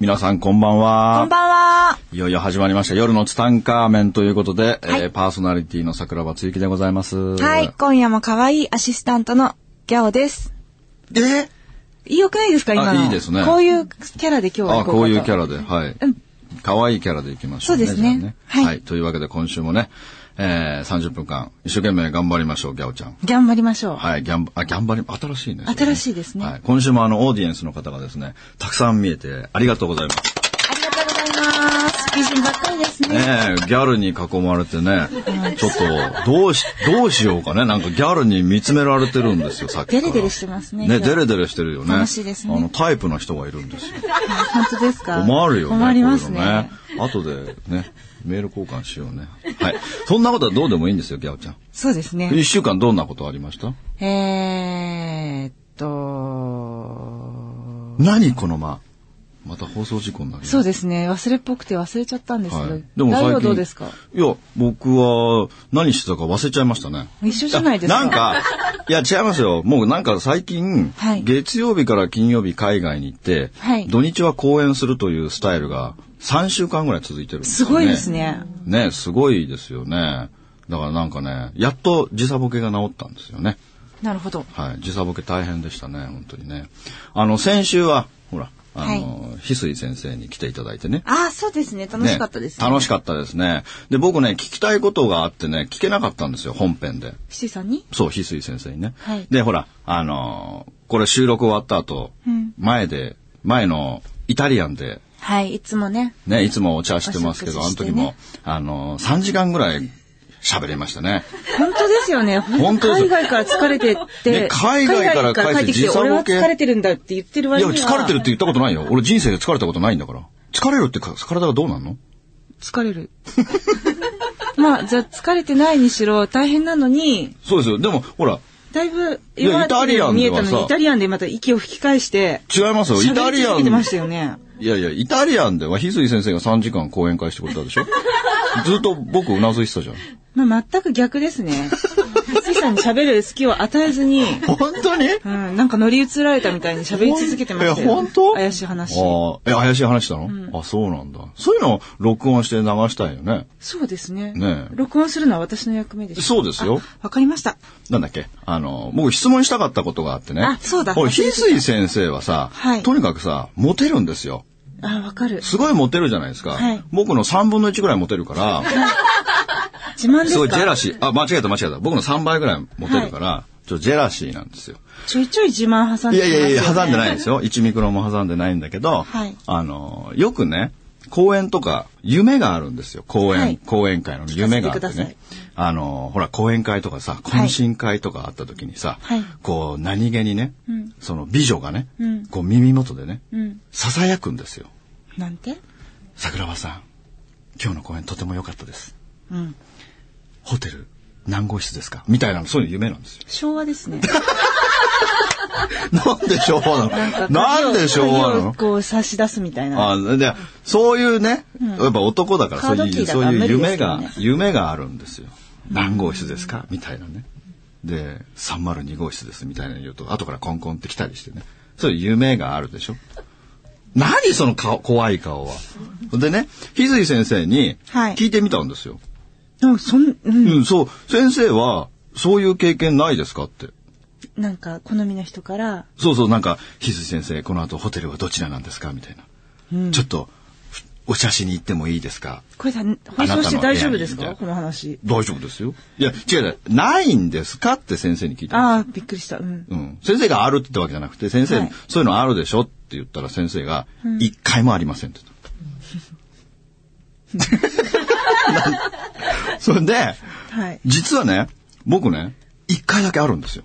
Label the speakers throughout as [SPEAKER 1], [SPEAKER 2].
[SPEAKER 1] 皆さんこんばんは。
[SPEAKER 2] こんばんはい
[SPEAKER 1] よいよ始まりました。夜のツタンカーメンということで、えーパーソナリティの桜庭つゆきでございます。
[SPEAKER 3] はい、。今夜も可愛いアシスタントのギャオです。
[SPEAKER 1] え
[SPEAKER 3] よくないですか今の。
[SPEAKER 1] あいいですね
[SPEAKER 3] こういうキャラで今日は
[SPEAKER 1] あ、
[SPEAKER 3] 行こ
[SPEAKER 1] こういう
[SPEAKER 3] かと
[SPEAKER 1] キャラで、はい。可愛いキャラでいきましょう、
[SPEAKER 3] そうですね
[SPEAKER 1] じゃあ
[SPEAKER 3] はい
[SPEAKER 1] はい。というわけで今週もね、えー、30分間、一生懸命頑張りましょう、ギャオちゃん。
[SPEAKER 3] 頑張りましょう。
[SPEAKER 1] はい、ギャン、あ、ギャンバリ、新しいね。
[SPEAKER 3] 新しいですね
[SPEAKER 1] はい。今週もあの、オーディエンスの方がですね、たくさん見えて、ありがとうございます。
[SPEAKER 3] ありがとうございます。美人ばっかりですね。
[SPEAKER 1] ねえ、ギャルに囲まれてね、ちょっと、どうし、どうしようかね。なんかギャルに見つめられてるんですよ、さっきから。
[SPEAKER 3] デレデレしてますね
[SPEAKER 1] ね、
[SPEAKER 3] ギャ
[SPEAKER 1] デ
[SPEAKER 3] ル
[SPEAKER 1] レデレしてるよね。
[SPEAKER 3] 楽しいですね
[SPEAKER 1] あの、タイプの人がいるんですよ。
[SPEAKER 3] 本当ですか
[SPEAKER 1] 困るよね。
[SPEAKER 3] 困りますね。
[SPEAKER 1] こういうの後でね、メール交換しようね。はい。そんなことはどうでもいいんですよ、ギャオちゃん。
[SPEAKER 3] そうですね。
[SPEAKER 1] 一週間どんなことありました
[SPEAKER 3] えーっと、
[SPEAKER 1] 何この間。また放送事故になりました
[SPEAKER 3] そうですね。忘れっぽくて忘れちゃったんですけど。
[SPEAKER 1] はい。
[SPEAKER 3] 大悟どうですか
[SPEAKER 1] いや、僕は何してたか忘れちゃいましたね。
[SPEAKER 3] 一緒じゃないですか
[SPEAKER 1] あなんか、いや違いますよ。もうなんか最近、
[SPEAKER 3] はい
[SPEAKER 1] 月曜日から金曜日海外に行って、
[SPEAKER 3] はい
[SPEAKER 1] 土日は公演するというスタイルが3週間ぐらい続いてるんです
[SPEAKER 3] す
[SPEAKER 1] よね。
[SPEAKER 3] ごいです。ね。
[SPEAKER 1] ね、すごいですよね。だからなんかね、やっと時差ボケが治ったんですよね。
[SPEAKER 3] なるほど。
[SPEAKER 1] はい。時差ボケ大変でしたね、本当にね。あの、先週は、ほら、あの、翡翠先生に来ていただいてね。
[SPEAKER 3] ああ、そうですね。楽しかったです、
[SPEAKER 1] ね。楽し
[SPEAKER 3] っ
[SPEAKER 1] かったですね。で、僕ね、聞きたいことがあってね、聞けなかったんですよ、本編で。
[SPEAKER 3] た。シーさんに
[SPEAKER 1] そう、翡翠先生にね。
[SPEAKER 3] はい
[SPEAKER 1] で、ほら、あのーこれ収録終わった後、前で、前のイタリアンで、
[SPEAKER 3] はい、いつもね。
[SPEAKER 1] ね、いつもお茶してますけど、
[SPEAKER 3] お
[SPEAKER 1] あの
[SPEAKER 3] 食事して
[SPEAKER 1] 時
[SPEAKER 3] ね
[SPEAKER 1] も、あのー3時間ぐらい喋りましたね。
[SPEAKER 3] 本当ですよね。
[SPEAKER 1] 本
[SPEAKER 3] 本当
[SPEAKER 1] 当ですよ
[SPEAKER 3] 海外から疲れてって、
[SPEAKER 1] ね海外から
[SPEAKER 3] 海外
[SPEAKER 1] 帰って
[SPEAKER 3] きて、
[SPEAKER 1] 時差ボケ
[SPEAKER 3] 俺は疲れてるんだって言ってる
[SPEAKER 1] い
[SPEAKER 3] 割
[SPEAKER 1] や、
[SPEAKER 3] には。
[SPEAKER 1] 疲れてるって言ったことないよ。俺人生で疲れたことないんだから。疲れるってか体がどうなんの
[SPEAKER 3] 疲れる。 まあ、じゃあ疲れてないにしろ大変なのに、
[SPEAKER 1] そうですよ。でも、ほら、
[SPEAKER 3] だいぶ
[SPEAKER 1] いや
[SPEAKER 3] 今
[SPEAKER 1] イタ
[SPEAKER 3] ま
[SPEAKER 1] リ
[SPEAKER 3] で
[SPEAKER 1] アン
[SPEAKER 3] 見
[SPEAKER 1] で
[SPEAKER 3] え
[SPEAKER 1] はさ
[SPEAKER 3] たのに、イタリアンでまた息を吹き返して、
[SPEAKER 1] 違いますよ。イタ
[SPEAKER 3] 喋り
[SPEAKER 1] リア
[SPEAKER 3] 続け
[SPEAKER 1] ン
[SPEAKER 3] て。ましたよね。
[SPEAKER 1] いやいや、イタリアンでは翡翠先生が3時間講演会してくれたでしょずっと僕うなずいてたじ ゃん。
[SPEAKER 3] まあ、全く逆です ね。ついさんに喋る隙を与えずに、
[SPEAKER 1] 本当に
[SPEAKER 3] うん、なんか乗り移られたみたいに喋り続けてましたよ。
[SPEAKER 1] え本当
[SPEAKER 3] 怪しい話。
[SPEAKER 1] ああ、え、怪しい話なの、あ、そうなんだ。そういうのを録音して流したいよね。
[SPEAKER 3] そうですね。
[SPEAKER 1] ねえ
[SPEAKER 3] 録音するのは私の役目でしょ
[SPEAKER 1] そうですよ。
[SPEAKER 3] わかりました。
[SPEAKER 1] なんだっけあの、僕質問したかったことがあってね。
[SPEAKER 3] あそうだ
[SPEAKER 1] 俺、
[SPEAKER 3] 忘れて
[SPEAKER 1] 翡
[SPEAKER 3] た
[SPEAKER 1] 翠先生はさ、
[SPEAKER 3] はい
[SPEAKER 1] とにかくさ、モテるんですよ。
[SPEAKER 3] あ、わかる。
[SPEAKER 1] すごいモテるじゃないですか。
[SPEAKER 3] はい
[SPEAKER 1] 僕の3分の1ぐらいモテるから、
[SPEAKER 3] 自慢ですす
[SPEAKER 1] ごいジェ
[SPEAKER 3] か
[SPEAKER 1] ラシー。あ、間違えた間違えた。僕の3倍ぐらいモテるから、ちょっとジェラシーなんですよ。
[SPEAKER 3] ちょいちょい自慢挟ん
[SPEAKER 1] い
[SPEAKER 3] でき
[SPEAKER 1] や
[SPEAKER 3] ます
[SPEAKER 1] い
[SPEAKER 3] よ、ね。
[SPEAKER 1] やいや、挟んでないですよ。1ミクロンも挟んでないんだけど、
[SPEAKER 3] はい
[SPEAKER 1] あの、よくね、公演とか、夢があるんですよ。公演、
[SPEAKER 3] はい
[SPEAKER 1] 講演会の夢があって
[SPEAKER 3] 聞かせてくださ
[SPEAKER 1] ね
[SPEAKER 3] い。
[SPEAKER 1] あの、ほら、講演会とかさ、懇親会とかあった時にさ、
[SPEAKER 3] はい
[SPEAKER 1] こう、何気にね、その美女がね、
[SPEAKER 3] うん
[SPEAKER 1] こう、耳元でね、
[SPEAKER 3] うん。
[SPEAKER 1] 囁くんですよ。
[SPEAKER 3] なんて
[SPEAKER 1] 桜庭さん、今日の公演とても良かったです。
[SPEAKER 3] うん。
[SPEAKER 1] ホテル、何号室ですかみたいなの、そういう夢な んですよ。
[SPEAKER 3] 昭和 ですね。
[SPEAKER 1] なんで昭和なの
[SPEAKER 3] 鍵
[SPEAKER 1] な
[SPEAKER 3] を
[SPEAKER 1] んで昭和な
[SPEAKER 3] 鍵
[SPEAKER 1] の
[SPEAKER 3] をこう差し出すみたいな。
[SPEAKER 1] あでそういうね、やっぱ男だから
[SPEAKER 3] カー
[SPEAKER 1] そ
[SPEAKER 3] ド
[SPEAKER 1] う
[SPEAKER 3] キ
[SPEAKER 1] いう
[SPEAKER 3] ーだか
[SPEAKER 1] そう
[SPEAKER 3] ら
[SPEAKER 1] いう夢が、
[SPEAKER 3] 無理です
[SPEAKER 1] 夢があるんですよ。何号室ですかみたいなね。で、302号室ですみたいなの言うと、後からコンコンって来たりしてね。そういう夢があるでしょ何その顔、怖い顔は。でね、翡翠先生に
[SPEAKER 3] はい
[SPEAKER 1] 聞いてみたんですよ。
[SPEAKER 3] なんかそん、うん、
[SPEAKER 1] うん、そう、先生はそういう経験ないですかって。
[SPEAKER 3] なんか好みの人から、
[SPEAKER 1] そうそう、なんか、翡翠先生、この後ホテルはどちらなんですかみたいな。ちょっと、ふお茶しに行ってもいいですか
[SPEAKER 3] これさ、放送して大丈夫ですか
[SPEAKER 1] あなたの部屋に
[SPEAKER 3] この話。
[SPEAKER 1] 大丈夫ですよ。いや、違う違う、ないんですかって先生に聞いたん
[SPEAKER 3] あ
[SPEAKER 1] で
[SPEAKER 3] あ、びっくりした。うん
[SPEAKER 1] す。うん。先生があるって言ったわけじゃなくて、先生に、
[SPEAKER 3] はい
[SPEAKER 1] そういうのあるでしょって言ったら先生が、一回もありませんって言 った。なんそれで、
[SPEAKER 3] はい。
[SPEAKER 1] 実はね、僕ね、一回だけあるんですよ。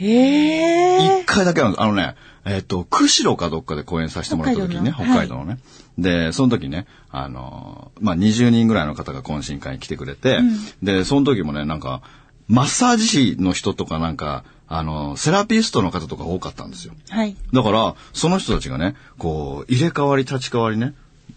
[SPEAKER 3] ええ
[SPEAKER 1] 一回だけあるんです。あのね、えっ、と、釧路かどっかで講演させてもらった時にね、
[SPEAKER 3] 北
[SPEAKER 1] 北
[SPEAKER 3] 海
[SPEAKER 1] 海
[SPEAKER 3] 道
[SPEAKER 1] 道のね。で、その時ね、あのーまあ、20人ぐらいの方が懇親会に来てくれて、で、その時もね、なんか、マッサージ師の人とかなんか、あのーセラピストの方とか多かったんですよ。
[SPEAKER 3] はい。
[SPEAKER 1] だから、その人たちがね、こう、入れ替わり立ち替わりね、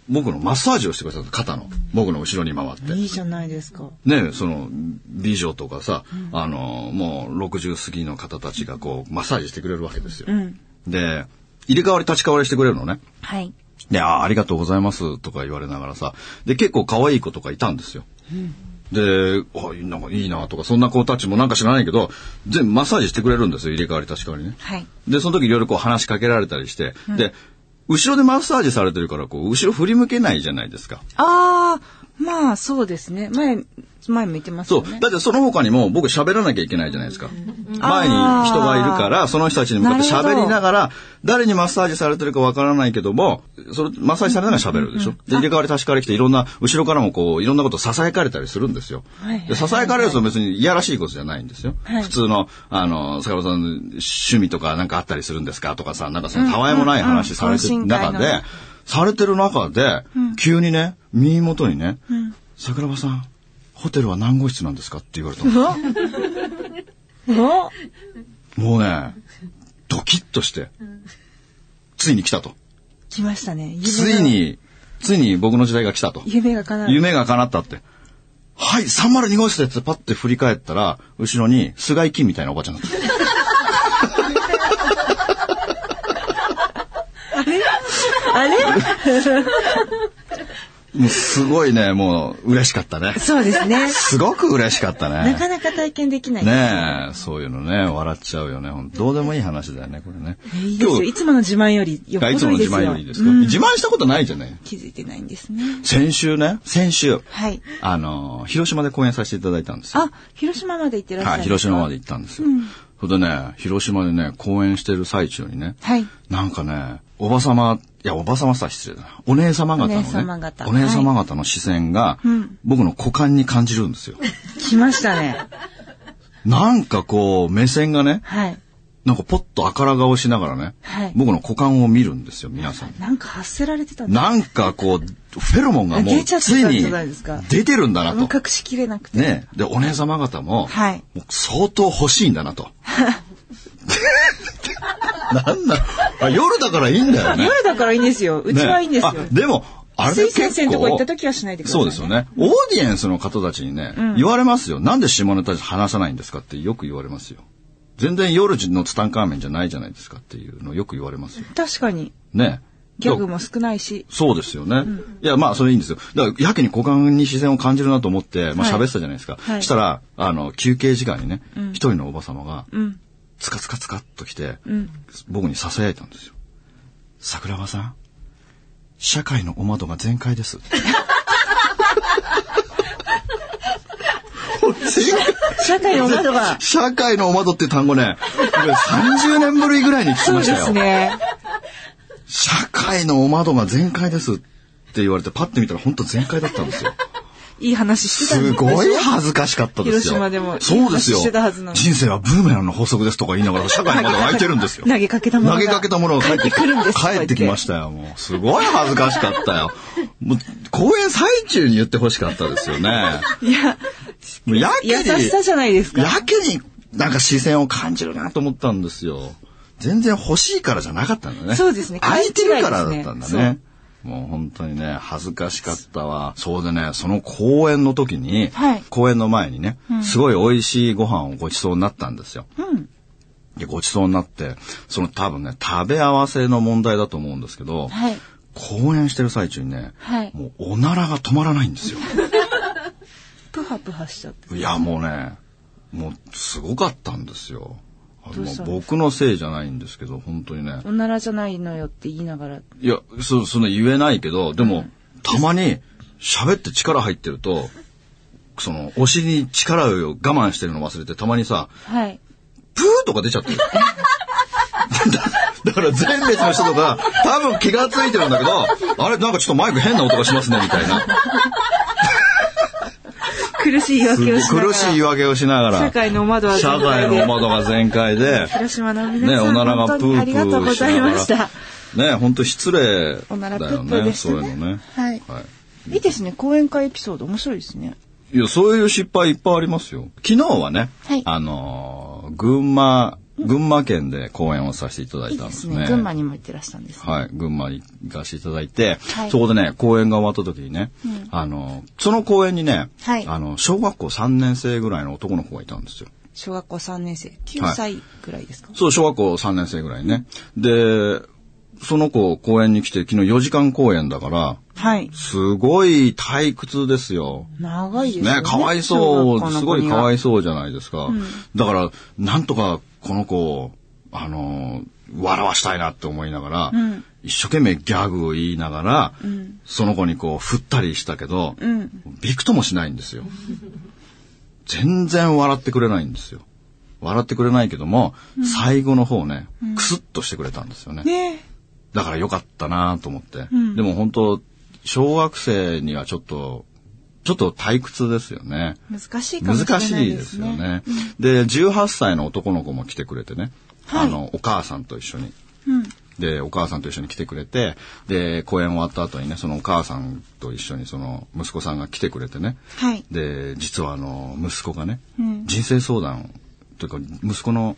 [SPEAKER 1] 僕のマッサージをしてくださった肩の、僕の後ろに回って。
[SPEAKER 3] いいじゃないですか。
[SPEAKER 1] ね、その美女とかさ、あのもう60過ぎの方たちがこうマッサージしてくれるわけですよ。
[SPEAKER 3] うん。
[SPEAKER 1] で入れ替わり立ち替わりしてくれるのね。
[SPEAKER 2] はい。
[SPEAKER 1] で、あーありがとうございますとか言われながらさ、で、結構可愛い子とかいたんですよ。で、あ、なんかいいなとか、そんな子たちもなんか知らないけど、全部マッサージしてくれるんですよ、入れ替わり立ち替わりね。
[SPEAKER 2] はい。
[SPEAKER 1] で、その時いろいろこう話しかけられたりして、で、後ろでマッサージされてるから、こう、後ろ振り向けないじゃないですか。
[SPEAKER 3] ああ、まあそうですね。前、前向いてます
[SPEAKER 1] そ
[SPEAKER 3] よ
[SPEAKER 1] う。
[SPEAKER 3] ね。
[SPEAKER 1] だってその他にも僕喋らなきゃいけないじゃないですか。前に人がいるから、その人たちに向かって
[SPEAKER 3] なるほど
[SPEAKER 1] 喋りながら、誰にマッサージされてるかわからないけども、それ、マッサージされながら喋るでしょ。で、入れ替わり確かわり来て、いろんな、後ろからもこう、いろんなことを囁かれたりするんですよ
[SPEAKER 3] はい。
[SPEAKER 1] で、囁かれると別にいやらしいことじゃないんですよ。
[SPEAKER 3] はい
[SPEAKER 1] 普通の、あの、坂本さんの趣味とかなんかあったりするんですかとかさ、なんかそのたわいもない話されてる中
[SPEAKER 3] 懇親会
[SPEAKER 1] で
[SPEAKER 3] の、
[SPEAKER 1] されてる中で、急にね、耳元にね、桜庭さん、ホテルは何号室なんですかって言われたの。
[SPEAKER 3] お
[SPEAKER 1] もうね、ドキッとして、ついに来たと。
[SPEAKER 3] 来ましたね。夢が
[SPEAKER 1] つい。に、ついに僕の時代が来たと。
[SPEAKER 3] 夢が叶う。
[SPEAKER 1] 夢が叶ったって。はい、302号室でってパッて振り返ったら、後ろに菅井金みたいなおばちゃんが。
[SPEAKER 3] あれ
[SPEAKER 1] もうすごいね、もう嬉しかったね。
[SPEAKER 3] そうですね。
[SPEAKER 1] すごく嬉しかった
[SPEAKER 3] なか
[SPEAKER 1] ね。
[SPEAKER 3] なか体験できない。
[SPEAKER 1] ねえ、そういうのね、笑っちゃうよね。ほんとどうでもいい話だよね、これね。
[SPEAKER 3] えーいいですよ。いつもの自慢よりよっぽど
[SPEAKER 1] あ
[SPEAKER 3] い
[SPEAKER 1] い
[SPEAKER 3] いですよ。
[SPEAKER 1] つもの自慢よりですか、
[SPEAKER 3] うん
[SPEAKER 1] 自慢したことないじゃない。
[SPEAKER 3] 気づいてないんですね。
[SPEAKER 1] 先週ね、先週、
[SPEAKER 3] はい。
[SPEAKER 1] あの、広島で講演させていただいたんですよ。
[SPEAKER 3] あ、広島まで行ってらっしゃる。
[SPEAKER 1] はい、広島まで
[SPEAKER 3] 行
[SPEAKER 1] 行ったんですよ。それでね、広島でね、講演してる最中にね、
[SPEAKER 3] はい。
[SPEAKER 1] なんかね、おば様、いや、おば様さ、失礼だな。お姉様方のね、
[SPEAKER 3] お姉様方
[SPEAKER 1] お姉様方の視線が、僕の股間に感じるん ですよ。
[SPEAKER 3] 来ましたね。
[SPEAKER 1] なんかこう、目線がね、
[SPEAKER 3] はい。
[SPEAKER 1] なんかポッと明ら顔しながらね、
[SPEAKER 3] はい
[SPEAKER 1] 僕の股間を見るんですよ、皆さん。
[SPEAKER 3] なんか発せられてたんだ。
[SPEAKER 1] なんかこう、フェロモンがもう、
[SPEAKER 3] 出ちゃって
[SPEAKER 1] つ
[SPEAKER 3] た
[SPEAKER 1] い
[SPEAKER 3] んじ
[SPEAKER 1] に
[SPEAKER 3] ゃないですか
[SPEAKER 1] 出てるんだな
[SPEAKER 3] もう
[SPEAKER 1] と。
[SPEAKER 3] 隠しきれなくて。
[SPEAKER 1] ねで、お姉様方も、
[SPEAKER 3] はい
[SPEAKER 1] もう相当欲しいんだなと。 なんだあ夜だからいいんだよね。
[SPEAKER 3] 夜だからいいんですよ。うちはいいんですよ。
[SPEAKER 1] ねあでも、あれ
[SPEAKER 3] 水
[SPEAKER 1] 結構
[SPEAKER 3] 先生のとこ行った時はしないでください、
[SPEAKER 1] そうですよ。ね。オーディエンスの方たちにね、言われますよ。なんで下ネタ話さないんですかってよく言われますよ。全然夜のツタンカーメンじゃないじゃないですかっていうのよく言われますよ。
[SPEAKER 3] 確かに。
[SPEAKER 1] ね。
[SPEAKER 3] ギャグも少ないし。
[SPEAKER 1] そうですよね。いや、まあ、それいいんですよ。だから、やけに股間に視線を感じるなと思って、まあ、
[SPEAKER 3] はい
[SPEAKER 1] 喋ってたじゃないですか。
[SPEAKER 3] はい
[SPEAKER 1] したら、あの、休憩時間にね、一、人のおば様が、
[SPEAKER 3] うん。
[SPEAKER 1] つかつかつかっと来て、
[SPEAKER 3] うん。
[SPEAKER 1] 僕に囁いたんですよ。桜庭さん、社会のお窓が全開です。。
[SPEAKER 3] 社会の窓が
[SPEAKER 1] 社会のお窓って単語ね、30年ぶりぐらいに聞き
[SPEAKER 3] そ
[SPEAKER 1] ま
[SPEAKER 3] う
[SPEAKER 1] した
[SPEAKER 3] で
[SPEAKER 1] よ。
[SPEAKER 3] すね。
[SPEAKER 1] 社会のお窓が全開ですって言われて、パッて見たら本当全開だったんですよ。
[SPEAKER 3] いい話してたんです
[SPEAKER 1] ごい恥ずかしかったです
[SPEAKER 3] 広
[SPEAKER 1] よ。
[SPEAKER 3] 島でも
[SPEAKER 1] そうですよ
[SPEAKER 3] いい話してたはずなの。に
[SPEAKER 1] 人生はブーメランの法則ですとか言いながら、社会の窓が開いてるんですよ。
[SPEAKER 3] 投げかけたものが
[SPEAKER 1] 投げかけたものが帰って
[SPEAKER 3] 帰ってくるんですとか言っ
[SPEAKER 1] 帰
[SPEAKER 3] て
[SPEAKER 1] ってきましたよ、もう。すごい恥ずかしかったよ。もう、公演最中に言ってほしかったですよね。
[SPEAKER 3] いや、
[SPEAKER 1] もうやけに、
[SPEAKER 3] 優しさじゃないですか。
[SPEAKER 1] やけになんか視線を感じるなと思ったんですよ。全然欲しいからじゃなかったんだね。
[SPEAKER 3] そうですね
[SPEAKER 1] 空いてるからだったん
[SPEAKER 3] 勘違いで
[SPEAKER 1] だ
[SPEAKER 3] すね
[SPEAKER 1] ね。もう本当にね、恥ずかしかったわ。そうでね、その公演の時に、
[SPEAKER 3] はい
[SPEAKER 1] 公演の前にね、すごい美味しいご飯をごちそうになったんですよ。
[SPEAKER 3] うん。
[SPEAKER 1] で、ごちそうになって、その多分ね、食べ合わせの問題だと思うんですけど、
[SPEAKER 3] はい。
[SPEAKER 1] 公演してる最中にね、
[SPEAKER 3] はい
[SPEAKER 1] もうおならが止まらないんですよ。
[SPEAKER 3] プハプハしちゃって。
[SPEAKER 1] いや、もうね、もうすごかったんですよ。あ
[SPEAKER 3] どうした
[SPEAKER 1] の
[SPEAKER 3] んですか
[SPEAKER 1] 僕のせいじゃないんですけど、本当にね。
[SPEAKER 3] おならじゃないのよって言いながら。
[SPEAKER 1] いや、そ、その言えないけど、でも、たまに喋って力入ってると、その、お尻に力を我慢してるの忘れて、たまにさ、
[SPEAKER 3] はい。
[SPEAKER 1] プーとか出ちゃってる。 だだから前列の人とか、多分気がついてるんだけど、あれ、なんかちょっとマイク変な音がしますね、みたいな。
[SPEAKER 3] 苦苦しい言い訳をしながら
[SPEAKER 1] 苦しい言い訳をしながら。
[SPEAKER 3] 社会の窓は全
[SPEAKER 1] 社
[SPEAKER 3] 開で
[SPEAKER 1] 会の窓が全開で。
[SPEAKER 3] 広島の皆さん、
[SPEAKER 1] ね、おならが
[SPEAKER 3] 本
[SPEAKER 1] プ
[SPEAKER 3] 当に
[SPEAKER 1] ー
[SPEAKER 3] ありがとう
[SPEAKER 1] プ
[SPEAKER 3] ご
[SPEAKER 1] ーし
[SPEAKER 3] ざい
[SPEAKER 1] なが
[SPEAKER 3] ました
[SPEAKER 1] ら。。ね、本当失礼
[SPEAKER 3] おならプ
[SPEAKER 1] だよ
[SPEAKER 3] ープー
[SPEAKER 1] ね、
[SPEAKER 3] でした
[SPEAKER 1] そう
[SPEAKER 3] ね
[SPEAKER 1] いうのね。
[SPEAKER 3] はいいいですね。講演会エピソード面白いですね。
[SPEAKER 1] いや、そういう失敗いっぱいありますよ。昨日はね、
[SPEAKER 3] はい
[SPEAKER 1] あのー群馬、群馬県で講演をさせていただ
[SPEAKER 3] い
[SPEAKER 1] い
[SPEAKER 3] い
[SPEAKER 1] たん
[SPEAKER 3] で
[SPEAKER 1] です
[SPEAKER 3] す
[SPEAKER 1] ね。
[SPEAKER 3] ね。群馬にも行ってらっしゃったんですね。
[SPEAKER 1] はい、群馬に行かせていただいて、
[SPEAKER 3] はい
[SPEAKER 1] そこでね、講演が終わった時にね、あのー、その講演にね、
[SPEAKER 3] はい
[SPEAKER 1] あの、小学校3年生ぐらいの男の子がいたんですよ。
[SPEAKER 3] 小学校3年生、9歳ぐらいですか、
[SPEAKER 1] そう、小学校3年生ぐらいね。で、その子公園に来て、昨日4時間公演だから、
[SPEAKER 3] はい。
[SPEAKER 1] すごい退屈ですよ。
[SPEAKER 3] 長いですよ
[SPEAKER 1] ね
[SPEAKER 3] ね。、
[SPEAKER 1] かわいそ
[SPEAKER 3] 小学校
[SPEAKER 1] う、
[SPEAKER 3] の
[SPEAKER 1] す
[SPEAKER 3] 子
[SPEAKER 1] ごい
[SPEAKER 3] には
[SPEAKER 1] かわいそうじゃないですか。だから、なんとかこの子を、あのー笑わしたいなって思いながら、
[SPEAKER 3] ん
[SPEAKER 1] 一生懸命ギャグを言いながら、その子にこう振ったりしたけど、
[SPEAKER 3] うん。
[SPEAKER 1] びくともしないんですよ。全然笑ってくれないんですよ。笑ってくれないけども、最後の方ね、クスッとしてくれたんですよね。
[SPEAKER 3] ね
[SPEAKER 1] だからよかったなと思って。
[SPEAKER 3] ん
[SPEAKER 1] でも本当、小学生にはちょっと、ちょっと退屈ですよね。
[SPEAKER 3] 難しいかもしれ
[SPEAKER 1] 難
[SPEAKER 3] な
[SPEAKER 1] し
[SPEAKER 3] い
[SPEAKER 1] い
[SPEAKER 3] で
[SPEAKER 1] ですすよ
[SPEAKER 3] ね。
[SPEAKER 1] ね。で、18歳の男の子も来てくれてね、
[SPEAKER 3] はい
[SPEAKER 1] あの、お母さんと一緒に。
[SPEAKER 3] うん。
[SPEAKER 1] で、お母さんと一緒に来てくれて、で、公演終わった後にね、そのお母さんと一緒にその息子さんが来てくれてね、
[SPEAKER 3] はい。
[SPEAKER 1] で、実はあの、息子がね、
[SPEAKER 3] うん
[SPEAKER 1] 人生相談というか、息子の、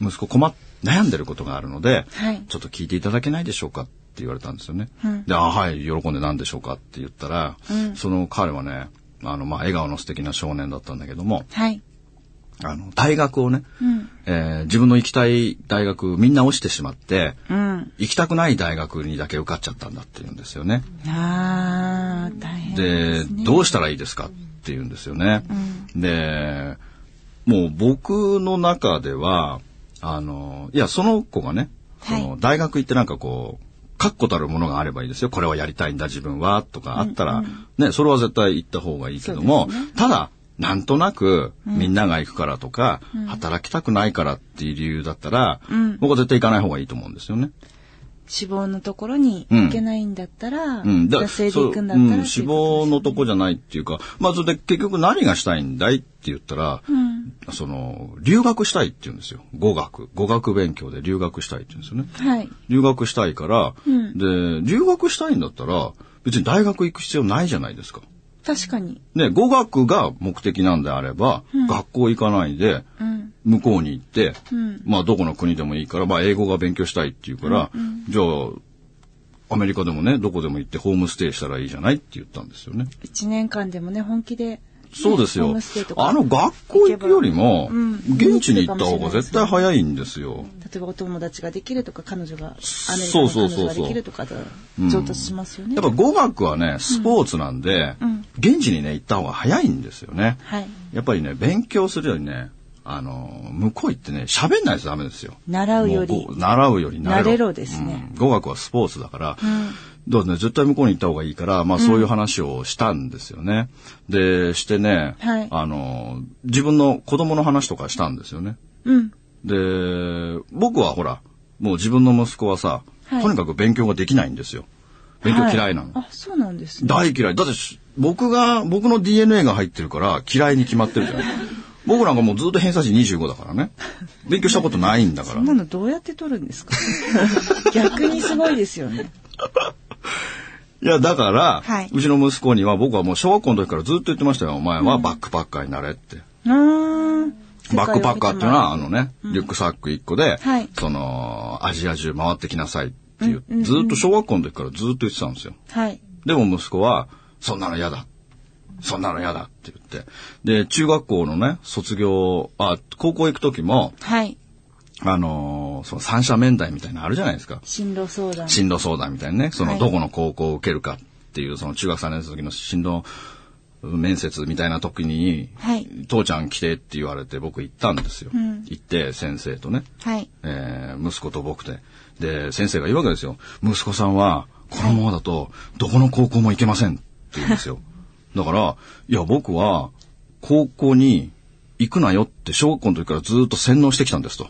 [SPEAKER 1] 息子困っ、悩んでることがあるので、
[SPEAKER 3] はい
[SPEAKER 1] ちょっと聞いていただけないでしょうかって言われたんですよね。
[SPEAKER 3] うん
[SPEAKER 1] で、あ、はい、喜んでなんでしょうかって言ったら、その彼はね、あの、まあ、笑顔の素敵な少年だったんだけども、
[SPEAKER 3] はい。
[SPEAKER 1] あの、大学をね、
[SPEAKER 3] うん。
[SPEAKER 1] えー自分の行きたい大学みんな落ちてしまって、
[SPEAKER 3] うん。
[SPEAKER 1] 行きたくない大学にだけ受かっちゃったんだって言うんですよね。
[SPEAKER 3] あー、大変で
[SPEAKER 1] で、
[SPEAKER 3] すね。
[SPEAKER 1] どうしたらいいですかって言うんですよね。で、もう僕の中では、あの、いや、その子がね、
[SPEAKER 3] はい
[SPEAKER 1] その大学行ってなんかこう、確固たるものがあればいいですよ。これはやりたいんだ、自分は、とかあったら、ね、それは絶対行った方がいいけども、ただ、なんとなく、みんなが行くからとか、働きたくないからっていう理由だったら、
[SPEAKER 3] うん
[SPEAKER 1] 僕は絶対行かない方がいいと思うんですよね。
[SPEAKER 3] 死亡のところに
[SPEAKER 1] うん
[SPEAKER 3] 行けないんだったら、
[SPEAKER 1] うん、
[SPEAKER 3] 惰性で行くんだった
[SPEAKER 1] う
[SPEAKER 3] ら、
[SPEAKER 1] ん死亡のとこじゃないっていうか、まあ、それで結局何がしたいんだいって言ったら、
[SPEAKER 3] うん。
[SPEAKER 1] その、留学したいって言うんですよ。語学。語学勉強で留学したいって言うんですよね。
[SPEAKER 3] はい。
[SPEAKER 1] 留学したいから、
[SPEAKER 3] うん
[SPEAKER 1] で、留学したいんだったら、別に大学行く必要ないじゃないですか。
[SPEAKER 3] 確かに。
[SPEAKER 1] ね、語学が目的なんであれば、学校行かないで、
[SPEAKER 3] うん。
[SPEAKER 1] 向こうに行って、
[SPEAKER 3] うん
[SPEAKER 1] まあどこの国でもいいから、まあ英語が勉強したいっていうから、じゃあ、アメリカでもね、どこでも行ってホームステイしたらいいじゃないって言ったんですよね。
[SPEAKER 3] 一年間でもね、本気で。
[SPEAKER 1] そうです
[SPEAKER 3] ホ
[SPEAKER 1] よ
[SPEAKER 3] ームステイと。か
[SPEAKER 1] あの学校行くよりも
[SPEAKER 3] うん、
[SPEAKER 1] 現地に行った方が絶対早いんですよ。
[SPEAKER 3] 例えばお友達ができるとか、彼女が、アメリカ
[SPEAKER 1] そう
[SPEAKER 3] の
[SPEAKER 1] そ
[SPEAKER 3] 彼女
[SPEAKER 1] うそうそう
[SPEAKER 3] ができるとかだ
[SPEAKER 1] ん
[SPEAKER 3] 上達しますよね。
[SPEAKER 1] やっぱ語学はね、スポーツなんで
[SPEAKER 3] うん、
[SPEAKER 1] 現地にね、行った方が早いんですよね。
[SPEAKER 3] はい。
[SPEAKER 1] やっぱりね、勉強するよりね、あの、向こう行ってね、喋んないとダメですよ。
[SPEAKER 3] 習うよ
[SPEAKER 1] も
[SPEAKER 3] り
[SPEAKER 1] う。習うより
[SPEAKER 3] 慣れろですね
[SPEAKER 1] うん語学はスポーツだから、
[SPEAKER 3] ん
[SPEAKER 1] どうね、絶対向こうに行った方がいいから、まあそういう話をしたんですよね。で、してね、
[SPEAKER 3] はい
[SPEAKER 1] あの、自分の子供の話とかしたんですよね。
[SPEAKER 3] うん。
[SPEAKER 1] で、僕はほら、もう自分の息子はさ、
[SPEAKER 3] はい
[SPEAKER 1] とにかく勉強ができないんですよ。勉強嫌いなの。
[SPEAKER 3] はあ、そうなんですね。
[SPEAKER 1] 大嫌い。だってし、僕が、僕の DNA が入ってるから嫌いに決まってる じゃない。僕なんかもうずっと偏差値25だからね。勉強したことないんだか
[SPEAKER 3] そ
[SPEAKER 1] ら
[SPEAKER 3] ん。なのどうやって取るんです か逆にすごいですよね。
[SPEAKER 1] いや、だから、
[SPEAKER 3] はいう
[SPEAKER 1] ちの息子には僕はもう小学校の時からずっと言ってましたよ。お前はバックパッカーになれって。
[SPEAKER 3] うーん。
[SPEAKER 1] バックパッカーっていうのは、あ
[SPEAKER 3] の、
[SPEAKER 1] のね、リュックサック1個で、
[SPEAKER 3] はい
[SPEAKER 1] その、アジア中回ってきなさいっていう、ずっと小学校の時からずっと言ってたんですよ。
[SPEAKER 3] はい。
[SPEAKER 1] でも息子は、そんなの嫌だ。そんなの嫌だって言って。で、中学校のね、卒業、あ、高校行く時も、
[SPEAKER 3] はい。
[SPEAKER 1] あのーその三者面談みたいなのあるじゃないですか。
[SPEAKER 3] 進路相談。
[SPEAKER 1] 進路相談みたいなね、そ
[SPEAKER 3] は
[SPEAKER 1] の
[SPEAKER 3] い
[SPEAKER 1] どこの高校を受けるかっていう、その中学3年生の時の進路面接みたいな時に、
[SPEAKER 3] はい。
[SPEAKER 1] 父ちゃん来てって言われて僕行ったんですよ。
[SPEAKER 3] うん
[SPEAKER 1] 行って先生とね、
[SPEAKER 3] はい。
[SPEAKER 1] えー息子と僕で。で、先生が言うわけですよ。息子さんは、このままだと、どこの高校も行けませんって言うん ですよ。だから、いや、僕は、高校に行くなよって、小学校の時からずっと洗脳してきたんですと。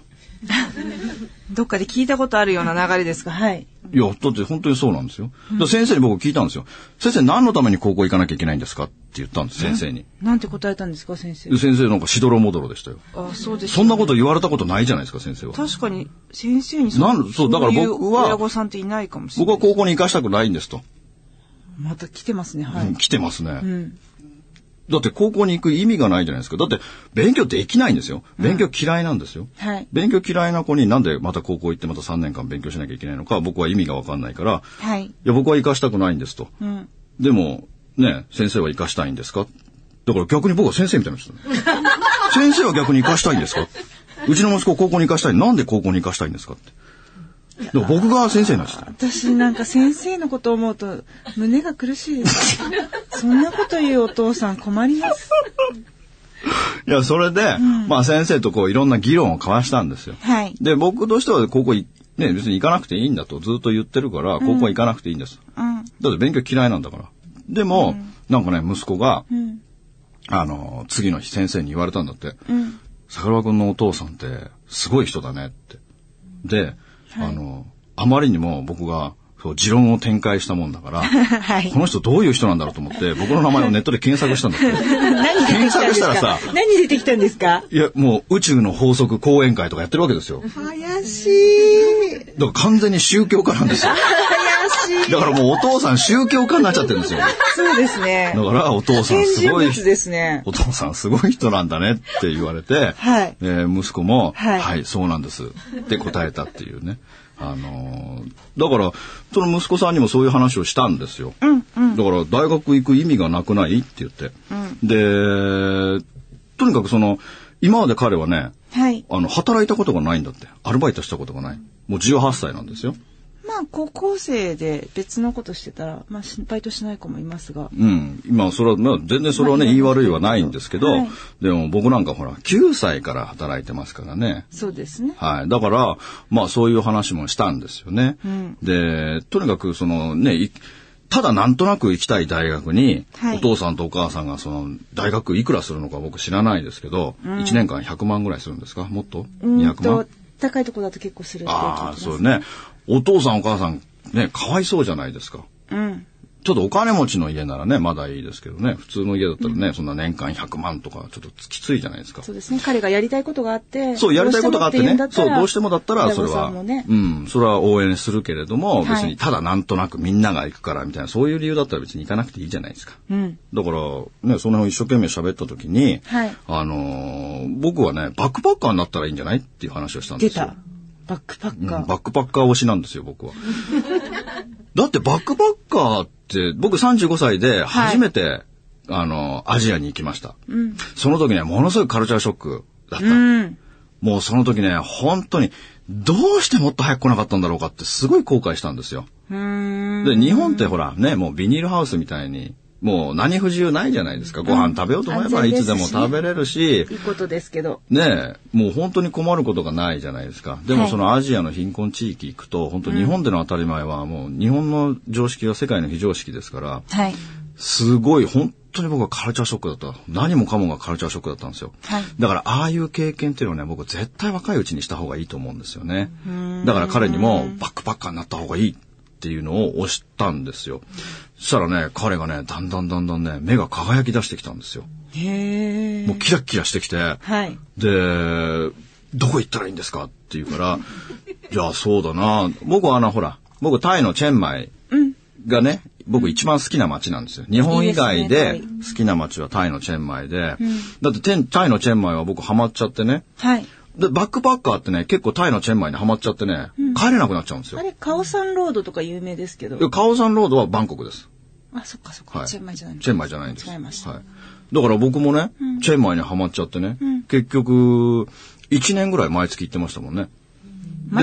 [SPEAKER 3] どっかで聞いたことあるような流れですが、はい。
[SPEAKER 1] いや、だって本当にそうなんですよ。だから先生に僕聞いたんですよ。先生何のために高校行かなきゃいけないんですかって言ったんです、先生に。
[SPEAKER 3] なんて答えたんですか、先生
[SPEAKER 1] で。先生なんかしどろもどろでしたよ。
[SPEAKER 3] あ、そうです。
[SPEAKER 1] そんなこと言われたことないじゃないですか、先生は。
[SPEAKER 3] 確かに、先生に
[SPEAKER 1] なんそうだから
[SPEAKER 3] そ
[SPEAKER 1] 僕は
[SPEAKER 3] ういう親御さんっていないかもしれ
[SPEAKER 1] 僕
[SPEAKER 3] ない。
[SPEAKER 1] は高校に行かしたくないんですと。
[SPEAKER 3] また来てますね、は
[SPEAKER 1] うん
[SPEAKER 3] い。
[SPEAKER 1] 来てますね。
[SPEAKER 3] うん。
[SPEAKER 1] だって高校に行く意味がないじゃないですか。だって勉強できないんですよ。勉強嫌いなんですよ。
[SPEAKER 3] はい。
[SPEAKER 1] 勉強嫌いな子になんでまた高校行ってまた3年間勉強しなきゃいけないのか僕は意味がわかんないから、
[SPEAKER 3] はい。
[SPEAKER 1] いや僕は行かしたくないんですと。
[SPEAKER 3] うん。
[SPEAKER 1] でも、ね、先生は生かしたいんですかだから逆に僕は先生みたいな人だね先生は逆に生かしたいんですかうちの息子を高校に生かしたい。なんで高校に生かしたいんですかって。だから僕が先生なんですよ。
[SPEAKER 3] 私なんか先生のことを思うと胸が苦しい です。そんなこと言うお父さん困ります。
[SPEAKER 1] いや、それで、まあ先生とこういろんな議論を交わしたんですよ。
[SPEAKER 3] はい。
[SPEAKER 1] で、僕としては高校い、ね、別に行かなくていいんだとずっと言ってるから、高校は行かなくていいんです。
[SPEAKER 3] うん。
[SPEAKER 1] だって勉強嫌いなんだから。でも、なんかね、息子が、
[SPEAKER 3] うん。
[SPEAKER 1] あの、次の日先生に言われたんだって。
[SPEAKER 3] うん。
[SPEAKER 1] 桜庭君のお父さんってすごい人だねって。で、あの、あまりにも僕が、そう、持論を展開したもんだから、
[SPEAKER 3] はい
[SPEAKER 1] こ。の人どういう人なんだろうと思って、僕の名前をネットで検索したんだって。
[SPEAKER 3] 何出てきたんで
[SPEAKER 1] 検索
[SPEAKER 3] す
[SPEAKER 1] したら
[SPEAKER 3] か
[SPEAKER 1] さ
[SPEAKER 3] 何出てきたんですか
[SPEAKER 1] いや、もう宇宙の法則講演会とかやってるわけですよ。
[SPEAKER 3] 怪しい。
[SPEAKER 1] だから完全に宗教家なんですよ。
[SPEAKER 3] 怪しい。
[SPEAKER 1] だからもうお父さん宗教家になっちゃってるんですよ。だ
[SPEAKER 3] そうですね。
[SPEAKER 1] からお父さん
[SPEAKER 3] 危
[SPEAKER 1] す
[SPEAKER 3] 険人
[SPEAKER 1] ごい
[SPEAKER 3] 物ですね。
[SPEAKER 1] お父さんすごい人なんだねって言われて、
[SPEAKER 3] はい
[SPEAKER 1] えー息子も、
[SPEAKER 3] は
[SPEAKER 1] はいい、そうなんですって答えたっていうね。あのーだから、その息子さんにもそういう話をしたんですよ。だから、大学行く意味がなくないって言って。で、とにかくその、今まで彼はね、
[SPEAKER 3] はい。
[SPEAKER 1] あの、働いたことがないんだって。アルバイトしたことがない。もう18歳なんですよ。
[SPEAKER 3] まあ、高校生で別のことしてたら、まあ、しバイトしない子もいますが。
[SPEAKER 1] うん。今、それは、まあ、全然それはね、言い悪いはないんですけど、
[SPEAKER 3] はい
[SPEAKER 1] でも僕なんかほら、9歳から働いてますからね。
[SPEAKER 3] そうですね。
[SPEAKER 1] はい。だから、まあそういう話もしたんですよね。
[SPEAKER 3] うん
[SPEAKER 1] で、とにかくそのね、いただなんとなく行きたい大学に、
[SPEAKER 3] はい
[SPEAKER 1] お父さんとお母さんがその大学いくらするのか僕知らないですけど、1年間100万ぐらいするんですかもっと
[SPEAKER 3] うん
[SPEAKER 1] ?200
[SPEAKER 3] と
[SPEAKER 1] 万、
[SPEAKER 3] 高いとこだと結構するって聞いて
[SPEAKER 1] ああ、
[SPEAKER 3] ます
[SPEAKER 1] そう。ね。お父さんお母さんね、かわいそうじゃないですか。
[SPEAKER 3] うん。
[SPEAKER 1] ちょっとお金持ちの家ならね、まだいいですけどね、普通の家だったらね、そんな年間100万とかちょっときついじゃないですか。
[SPEAKER 3] そうですね。彼がやりたいことがあって。
[SPEAKER 1] そう、やりたいことがあってね。そう、どうしてもだったら、そ
[SPEAKER 3] 親
[SPEAKER 1] れ
[SPEAKER 3] 御さ
[SPEAKER 1] は、
[SPEAKER 3] んもね
[SPEAKER 1] うん、それは応援するけれど
[SPEAKER 3] は
[SPEAKER 1] も、
[SPEAKER 3] い
[SPEAKER 1] 別に、ただなんとなくみんなが行くから、みたいな、そういう理由だったら別に行かなくていいじゃないですか。
[SPEAKER 3] うん。
[SPEAKER 1] だから、ね、その辺を一生懸命喋った時に、
[SPEAKER 3] はい
[SPEAKER 1] あのー僕はね、バックパッカーになったらいいんじゃないっていう話をしたん
[SPEAKER 3] 出
[SPEAKER 1] ですよ。
[SPEAKER 3] た。バックパ
[SPEAKER 1] う
[SPEAKER 3] ッ
[SPEAKER 1] ん
[SPEAKER 3] カ
[SPEAKER 1] バ
[SPEAKER 3] ー。
[SPEAKER 1] ックパッカー推しなんです よ、僕は。だってバックパッカーって、僕35歳で初めて、あの、アジアに行きました。
[SPEAKER 3] ん
[SPEAKER 1] その時ね、ものすごいカルチャーショックだった。
[SPEAKER 3] うん。
[SPEAKER 1] もうその時ね、本当に、どうしてもっと早く来なかったんだろうかってすごい後悔したんですよ。
[SPEAKER 3] うーん。
[SPEAKER 1] で、日本ってほら、ね、もうビニールハウスみたいに、もう何不自由ないじゃないですか。ご飯食べようと思えば
[SPEAKER 3] 安全
[SPEAKER 1] い
[SPEAKER 3] です
[SPEAKER 1] つ
[SPEAKER 3] し
[SPEAKER 1] でも食べれる
[SPEAKER 3] い、
[SPEAKER 1] し
[SPEAKER 3] いことですけど。
[SPEAKER 1] ねえ、もう本当に困ることがないじゃないですか。で
[SPEAKER 3] は
[SPEAKER 1] も
[SPEAKER 3] い
[SPEAKER 1] そのアジアの貧困地域行くと、本当日本での当たり前はもう日本の常識が世界の非常識ですから、
[SPEAKER 3] はい。
[SPEAKER 1] すごい本当に僕はカルチャーショックだった。何もかもがカルチャーショックだったんですよ。
[SPEAKER 3] はい
[SPEAKER 1] だからああいう経験っていうのはね、僕絶対若いうちにした方がいいと思うんですよね。だから彼にもバックパッカーになった方がいいっていうのを押したんですよ。そしたらね、彼がね、だんだんだんだんね、目が輝き出してきたんですよ。
[SPEAKER 3] へえ
[SPEAKER 1] も。うキラッキラしてきて、
[SPEAKER 3] はい。
[SPEAKER 1] で、どこ行ったらいいんですかって言う から、じゃあそうだな。僕はあの、ほら、僕タイのチェンマイがね、僕一番好きな街なんですよ。日本以外
[SPEAKER 3] いい
[SPEAKER 1] で
[SPEAKER 3] です
[SPEAKER 1] 好きな街はタイのチェンマイで、だってテンタイのチェンマイは僕ハマっちゃってね。
[SPEAKER 3] はい。
[SPEAKER 1] で、バックパッカーってね、結構タイのチェンマイにハマっちゃってね、帰れなくなっちゃうんです
[SPEAKER 3] あ
[SPEAKER 1] よ。
[SPEAKER 3] れ、カオサンロードとか有名ですけど。
[SPEAKER 1] でカオサンロードはバンコクです。
[SPEAKER 3] あ、そっかそっか。
[SPEAKER 1] はい。
[SPEAKER 3] チェンマイじゃないの
[SPEAKER 1] チェンマイじゃないんです。
[SPEAKER 3] 違いました。
[SPEAKER 1] はい。だから僕もね、チェンマイにハマっちゃってね、結局、1年ぐらい毎月行ってましたもんね。で、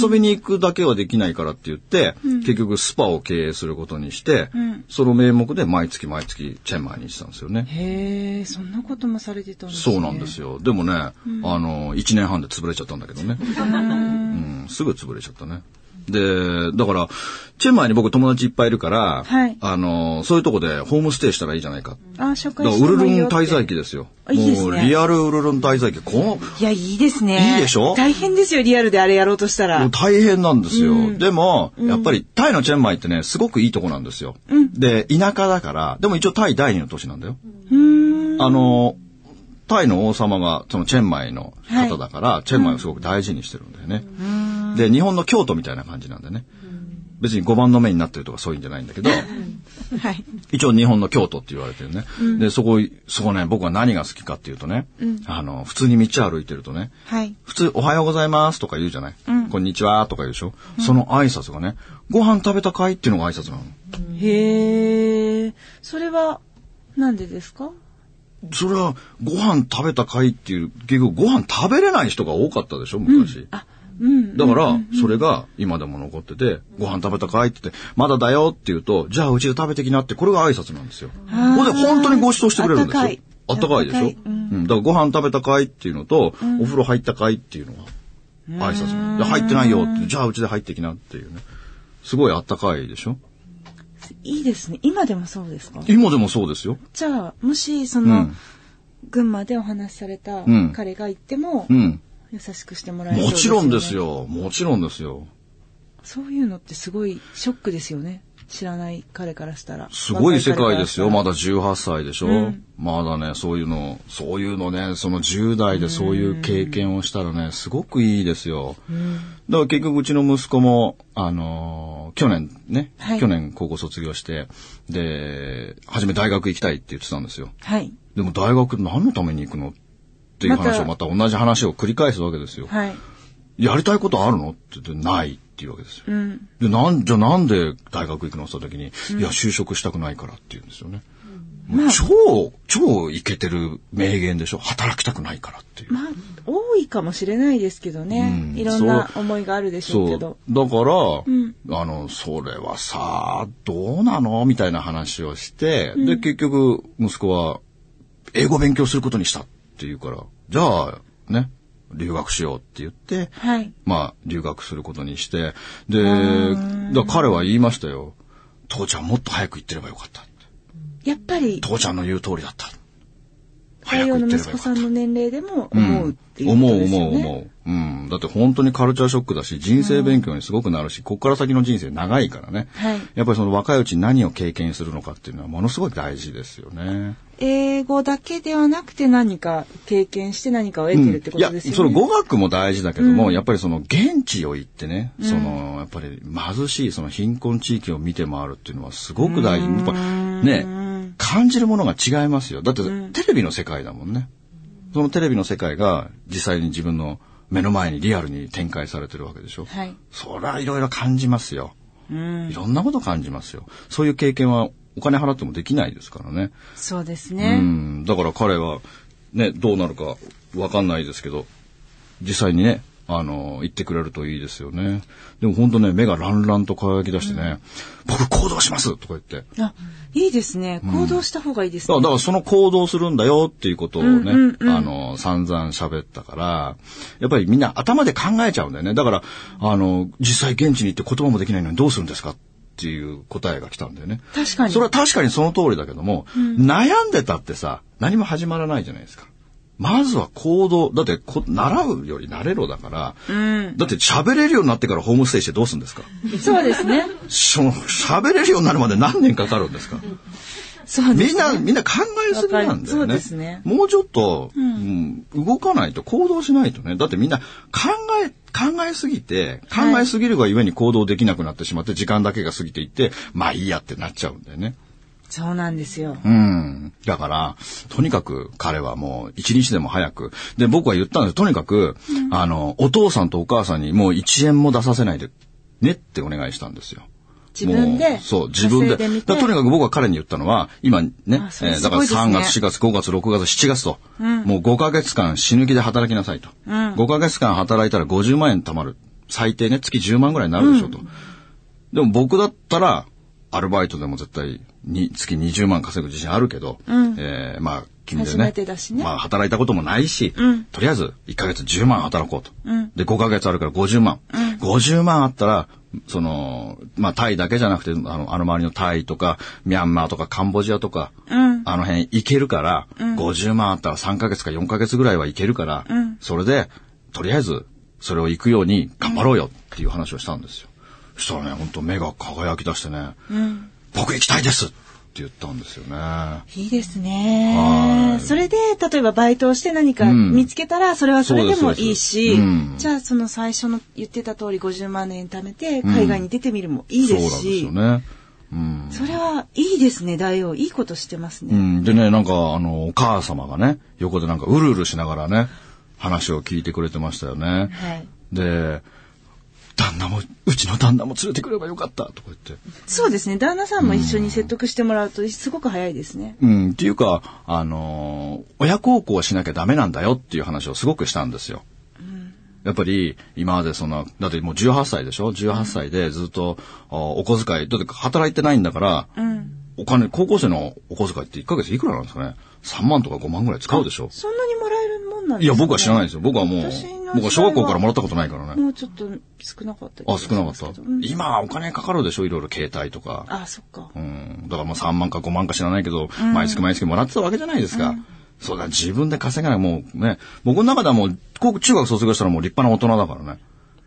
[SPEAKER 1] 遊びに行くだけはできないからって言って、結局スパを経営することにして、
[SPEAKER 3] ん
[SPEAKER 1] その名目で毎月毎月チェンマイに行ってたんですよね。
[SPEAKER 3] へえ、そんなこともされてたんですね。
[SPEAKER 1] そうなんですよ。でもね、あの、1年半で潰れちゃったんだけどね。うん、すぐ潰れちゃったね。で、だから、チェンマイに僕友達いっぱいいるから、
[SPEAKER 3] はい
[SPEAKER 1] あの、そういうとこでホームステイしたらいいじゃないか。
[SPEAKER 3] あ、紹介
[SPEAKER 1] だから
[SPEAKER 3] して
[SPEAKER 1] ウル
[SPEAKER 3] も
[SPEAKER 1] ル
[SPEAKER 3] いい
[SPEAKER 1] ン
[SPEAKER 3] よって
[SPEAKER 1] 滞在期ですよ。
[SPEAKER 3] あいいですね
[SPEAKER 1] もうリアルウルルン滞在期、こ
[SPEAKER 3] いや、いいですね。
[SPEAKER 1] いいでしょ
[SPEAKER 3] 大変ですよ、リアルであれやろうとした
[SPEAKER 1] の
[SPEAKER 3] ら。
[SPEAKER 1] 大変なんですよ。
[SPEAKER 3] うん
[SPEAKER 1] でも、やっぱりタイのチェンマイってね、すごくいいとこなんですよ。で、田舎だから、でも一応タイ第二の都市なんだよ。
[SPEAKER 3] うーん。
[SPEAKER 1] あの、タイの王様がそのチェンマイの方だから、チェンマイをすごく大事にしてるんだよね。で、日本の京都みたいな感じなんだよね。別に5番の目になってるとかそういうんじゃないんだけど、
[SPEAKER 3] はい。
[SPEAKER 1] 一応日本の京都って言われてるね。で、そこ、そこね、僕は何が好きかっていうとね、あの、普通に道歩いてるとね、
[SPEAKER 3] はい。
[SPEAKER 1] 普通、おはようございますとか言うじゃない、こんにちはとか言うでしょ、その挨拶がね、ご飯食べたかいっていうのが挨拶なの。
[SPEAKER 3] へえ。それは、なんでですか
[SPEAKER 1] それは、ご飯食べたかいっていう、結局ご飯食べれない人が多かったでしょ昔。
[SPEAKER 3] あ、うん。
[SPEAKER 1] だから、それが今でも残ってて、ご飯食べたかいって言って、まだだよって言うと、じゃあうちで食べてきなって、これが挨拶なんですよ。こ
[SPEAKER 3] あー
[SPEAKER 1] れで本当にご馳走してくれるんです
[SPEAKER 3] あった
[SPEAKER 1] よ
[SPEAKER 3] かい。
[SPEAKER 1] あったかいでし
[SPEAKER 3] あ
[SPEAKER 1] ょ
[SPEAKER 3] ったかいうん
[SPEAKER 1] うんだからご飯食べたかいっていうのと、お風呂入ったかいっていうのが挨拶なんで、入ってないよって、じゃあうちで入ってきなっていうね。すごいあったかいでしょ
[SPEAKER 3] いいですね。今でもそうですか
[SPEAKER 1] 今でもそうですよ。
[SPEAKER 3] じゃあ、もし、そうの、
[SPEAKER 1] ん
[SPEAKER 3] 群馬でお話しされた
[SPEAKER 1] うん
[SPEAKER 3] 彼が行っても、
[SPEAKER 1] うん。
[SPEAKER 3] 優しくしてもらえる、
[SPEAKER 1] もちろんです。よ。もちろんですよ。
[SPEAKER 3] そういうのってすごいショックですよね。知らない彼からしたら。
[SPEAKER 1] すごい世界ですよ。ま
[SPEAKER 3] 若
[SPEAKER 1] だ18歳でしょ、
[SPEAKER 3] うん
[SPEAKER 1] まだね、そういうの、そういうのね、その10代でそういう経験をしたらね、すごくいいですよ。だから結局うちの息子も、あのー去年ね、
[SPEAKER 3] はい
[SPEAKER 1] 去年高校卒業して、で、初め大学行きたいって言ってたんですよ。
[SPEAKER 3] いからはい。
[SPEAKER 1] でも大学何のために行くのっていう話を
[SPEAKER 3] ま
[SPEAKER 1] また同じ話を繰り返すわけですよ。
[SPEAKER 3] はい。
[SPEAKER 1] やりたいことあるのって言って、ないっていうわけですよ。
[SPEAKER 3] うん。
[SPEAKER 1] で、なん、じゃあなんで大学行くのって言った時に、いや、就職したくないからって言うんですよね。もう超、超イケてる名言でしょ働きたくないからっていう。
[SPEAKER 3] まあ、多いかもしれないですけどね。
[SPEAKER 1] うん
[SPEAKER 3] いろんな
[SPEAKER 1] そう
[SPEAKER 3] 思いがあるでしょ
[SPEAKER 1] そうう。
[SPEAKER 3] け
[SPEAKER 1] だ
[SPEAKER 3] ど
[SPEAKER 1] か。ら、
[SPEAKER 3] ん
[SPEAKER 1] あの、それはさ、どうなのみたいな話をして、で、結局、息子は、英語勉強することにしたって言うから、じゃあ、ね、留学しようって言って、
[SPEAKER 3] はい。
[SPEAKER 1] まあ、留学することにして、で、だから彼は言いましたよ。父ちゃんもっと早く行ってればよかった。
[SPEAKER 3] やっぱり、
[SPEAKER 1] 父ちゃんの言う通りだった。
[SPEAKER 3] 太
[SPEAKER 1] 早く
[SPEAKER 3] 陽
[SPEAKER 1] 行
[SPEAKER 3] の
[SPEAKER 1] ってれ
[SPEAKER 3] 息
[SPEAKER 1] ば
[SPEAKER 3] 子
[SPEAKER 1] よか
[SPEAKER 3] さ
[SPEAKER 1] っ
[SPEAKER 3] ん
[SPEAKER 1] た。
[SPEAKER 3] の年齢でも
[SPEAKER 1] うん
[SPEAKER 3] 思うっていうこ
[SPEAKER 1] 思
[SPEAKER 3] と
[SPEAKER 1] う
[SPEAKER 3] ですよね。
[SPEAKER 1] 思う思う。うん。だって本当にカルチャーショックだし、人生勉強にすごくなるし、こっから先の人生長いからね。
[SPEAKER 3] はい
[SPEAKER 1] やっぱりその若いうちに何を経験するのかっていうのはものすごい大事ですよね。
[SPEAKER 3] 英語だけではなくて何か経験して何かを得てるってことですよね。
[SPEAKER 1] うんいや、その語学も大事だけども、やっぱりその現地を行ってね、その、やっぱり貧しい、その貧困地域を見て回るっていうのはすごく大事。やっぱね、感じるものが違いますよ。だってテレビの世界だもんね。そのテレビの世界が実際に自分の目の前にリアルに展開されてるわけでしょ。
[SPEAKER 3] はい。
[SPEAKER 1] そりゃいろいろ感じますよ。
[SPEAKER 3] うん
[SPEAKER 1] い。ろんなこと感じますよ。そういう経験はお金払ってもできないですからね。
[SPEAKER 3] そうです
[SPEAKER 1] う
[SPEAKER 3] ね。
[SPEAKER 1] ん、だから彼は、ね、どうなるかわかんないですけど、実際にね、あの、言ってくれるといいですよね。でも本当ね、目がランランと輝き出してね、僕行動しますとか言って。
[SPEAKER 3] あ、いいですね。行動した方がいいです
[SPEAKER 1] だ
[SPEAKER 3] ね。
[SPEAKER 1] からだからその行動するんだよっていうことをね、
[SPEAKER 3] うんうんうん
[SPEAKER 1] あの、散々喋ったから、やっぱりみんな頭で考えちゃうんだよね。だから、あの、実際現地に行って言葉もできないのにどうするんですかっていう答えが来たんだよね。
[SPEAKER 3] 確かに
[SPEAKER 1] それは確かにその通りだけども、悩んでたってさ、何も始まらないじゃないですか。まずは行動。だってこ、習うより慣れろだから、
[SPEAKER 3] うん。
[SPEAKER 1] だって喋れるようになってからホームステイしてどうするんですか
[SPEAKER 3] そうですね。
[SPEAKER 1] その、喋れるようになるまで何年かかるんですか
[SPEAKER 3] そうで
[SPEAKER 1] み
[SPEAKER 3] す
[SPEAKER 1] ん
[SPEAKER 3] ね。
[SPEAKER 1] な、みんな考えすぎなんだよね。
[SPEAKER 3] そうですね
[SPEAKER 1] もうちょっと、うん動かないと、行動しないとね。だってみんな考え、考えすぎて、考えすぎるがゆえに行動できなくなってしまって、時間だけが過ぎていって、まあいいやってなっちゃうんだよね。
[SPEAKER 3] そうなんですよ。
[SPEAKER 1] うん。だから、とにかく彼はもう一日でも早く。で、僕は言ったんですとにかく、あの、お父さんとお母さんにもう1円も出させないで、ねってお願いしたんですよ。
[SPEAKER 3] 自分
[SPEAKER 1] も
[SPEAKER 3] で。
[SPEAKER 1] うそう、自分で。
[SPEAKER 3] 稼いみて
[SPEAKER 1] だからとにかく僕は彼に言ったのは、今ね、え
[SPEAKER 3] あそれ
[SPEAKER 1] ーだから
[SPEAKER 3] すごい
[SPEAKER 1] 3
[SPEAKER 3] ですね
[SPEAKER 1] 月、4月、5月、6月、7月と、もう5ヶ月間死ぬ気で働きなさいと。5ヶ月間働いたら50万円貯まる。最低ね、月10万ぐらいになるでしょうと。でも僕だったら、アルバイトでも絶対に月20万稼ぐ自信あるけど、えーまあ、君でね。
[SPEAKER 3] 初めてだしね
[SPEAKER 1] まあ、働いたこともないし、
[SPEAKER 3] うん
[SPEAKER 1] とりあえず1ヶ月10万働こうと。
[SPEAKER 3] うん
[SPEAKER 1] で、5ヶ月あるから50万。50万あったら、その、まあ、タイだけじゃなくて、あの、あの周りのタイとか、ミャンマーとか、カンボジアとか、
[SPEAKER 3] うん
[SPEAKER 1] あの辺行けるから、50万あったら3ヶ月か4ヶ月ぐらいは行けるから、
[SPEAKER 3] ん
[SPEAKER 1] それで、とりあえず、それを行くように頑張ろうよっていう話をしたんですよ。そしたらね、本当目が輝き出してね、僕行きたいですって言ったんですよね。
[SPEAKER 3] いいです
[SPEAKER 1] は
[SPEAKER 3] ね
[SPEAKER 1] い。
[SPEAKER 3] それで、例えばバイトをして何か
[SPEAKER 1] うん
[SPEAKER 3] 見つけたら、それはそれで
[SPEAKER 1] そう
[SPEAKER 3] も
[SPEAKER 1] ですそうです
[SPEAKER 3] いいし、
[SPEAKER 1] うん
[SPEAKER 3] じゃあその最初の言ってた通り50万円貯めて、海外に出てみるもいいですし、
[SPEAKER 1] そうなんですよね。うん。
[SPEAKER 3] それはいいですね、大王。いいことしてます
[SPEAKER 1] う
[SPEAKER 3] ね。
[SPEAKER 1] ん。でね、なんか、あの、お母様がね、横でなんか、うるうるしながらね、話を聞いてくれてましたよね。
[SPEAKER 3] はい。
[SPEAKER 1] で、旦那も、うちの旦那も連れてくればよかった、とか言って。
[SPEAKER 3] そうですね、旦那さんも一緒に説得してもらうと、すごく早いですね。
[SPEAKER 1] うん、っていうか、あのー親孝行しなきゃダメなんだよっていう話をすごくしたんですよ。やっぱり、今までそんな、だってもう18歳でしょ ?18 歳でずっと、あお小遣い、だって働いてないんだから、
[SPEAKER 3] うん。
[SPEAKER 1] お金、高校生のお小遣いって1ヶ月いくらなんですかね ?3 万とか5万ぐらい使うでしょ
[SPEAKER 3] そんなにもらえるもんなんで
[SPEAKER 1] い
[SPEAKER 3] す
[SPEAKER 1] や、
[SPEAKER 3] かね
[SPEAKER 1] 僕は知らないですよ。僕はもう
[SPEAKER 3] 私の時代、は
[SPEAKER 1] 僕は小学校からもらったことないからね。
[SPEAKER 3] もうちょっと少なかった気
[SPEAKER 1] あ、
[SPEAKER 3] がし
[SPEAKER 1] 少なか
[SPEAKER 3] ま
[SPEAKER 1] っ
[SPEAKER 3] す
[SPEAKER 1] た
[SPEAKER 3] けどうん。
[SPEAKER 1] 今、お金かかるでしょいろいろ携帯とか。
[SPEAKER 3] あ、そっか
[SPEAKER 1] う。ん。だからまあ3万か5万か知らないけど、毎月毎月もらってたわけじゃないですか。そうだ、自分で稼がない。もうね、僕の中ではもう、高校中学卒業したらもう立派な大人だからね。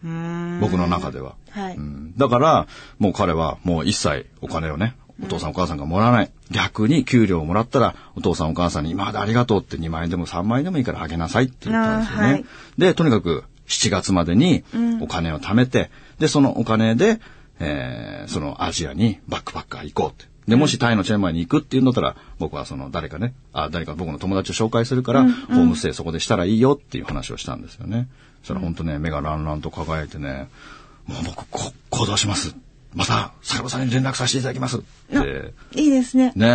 [SPEAKER 3] うーん。
[SPEAKER 1] 僕の中では。
[SPEAKER 3] はい。
[SPEAKER 1] うんだから、もう彼はもう一切お金をね、お父さんお母さんがもらわない。逆に給料をもらったら、お父さんお母さんに今までありがとうって2万円でも3万円でもいいからあげなさいって言ったんですよね。
[SPEAKER 3] あーはい
[SPEAKER 1] で、とにかく7月までにお金を貯めて、で、そのお金で、えーそのアジアにバックパッカー行こうって。で、もしタイのチェンマイに行くっていうんだったら、僕はその誰かね、あ、誰か僕の友達を紹介するから、ホームステイそこでしたらいいよっていう話をしたんですよね。そしたら本当ね、目がランランと輝いてね、もう僕、こ、行動します。また、坂本さんに連絡させていただきます。って、
[SPEAKER 3] いいですね。
[SPEAKER 1] ねえ、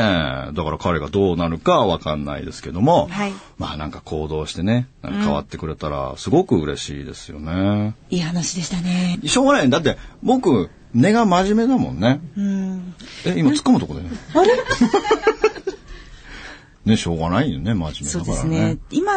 [SPEAKER 1] だから彼がどうなるかわかんないですけども、
[SPEAKER 3] はい
[SPEAKER 1] まあなんか行動してね、なんか変わってくれたらすごく嬉しいですよね。
[SPEAKER 3] いい話でしたね。
[SPEAKER 1] しょうがない。だって僕、根が真面目だもんね。
[SPEAKER 3] うん。
[SPEAKER 1] え、今突っ込むとこだよね。
[SPEAKER 3] あ れ
[SPEAKER 1] ね、しょうがないよね、真
[SPEAKER 3] そう
[SPEAKER 1] 面
[SPEAKER 3] で
[SPEAKER 1] 目だか
[SPEAKER 3] す
[SPEAKER 1] らね。
[SPEAKER 3] ね。今、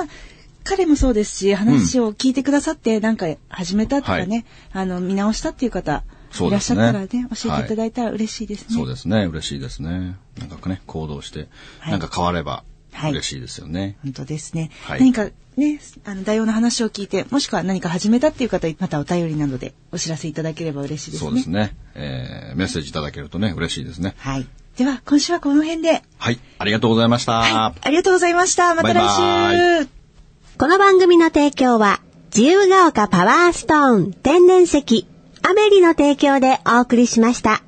[SPEAKER 3] 彼もそうですし、話を聞いてくださって、なんか始めたとかね、あの、見直したっていう方、
[SPEAKER 1] そう
[SPEAKER 3] い
[SPEAKER 1] で
[SPEAKER 3] らっし
[SPEAKER 1] す
[SPEAKER 3] ゃ
[SPEAKER 1] ね
[SPEAKER 3] ったらね、教えていただいたら嬉しいですね。
[SPEAKER 1] そうですね、嬉しいですね。なんかね、行動して、
[SPEAKER 3] はい
[SPEAKER 1] なんか変われば
[SPEAKER 3] はい
[SPEAKER 1] 嬉しいですよね。
[SPEAKER 3] 本当ですね。
[SPEAKER 1] はい
[SPEAKER 3] 何かね、あの、大王の話を聞いて、もしくは何か始めたっていう方、またお便りなどでお知らせいただければ嬉しいですね。
[SPEAKER 1] そうですね。えー、メッセージいただけるとね、嬉しいですね。
[SPEAKER 3] はい。では、今週はこの辺で、
[SPEAKER 1] はい、ありがとうございました。
[SPEAKER 3] はい、ありがとうございました。また来週
[SPEAKER 1] バイバ
[SPEAKER 4] この番組の提供は、自由が丘パワーストーン天然石、アメリの提供でお送りしました。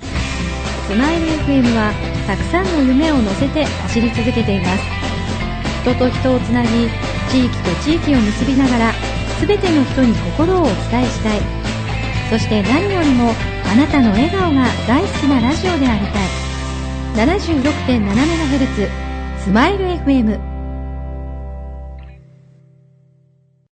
[SPEAKER 5] スマイル FM はたくさんの夢を乗せて走り続けています人と人をつなぎ地域と地域を結びながら全ての人に心をお伝えしたいそして何よりもあなたの笑顔が大好きなラジオでありたい 76.7MHz スマイル FM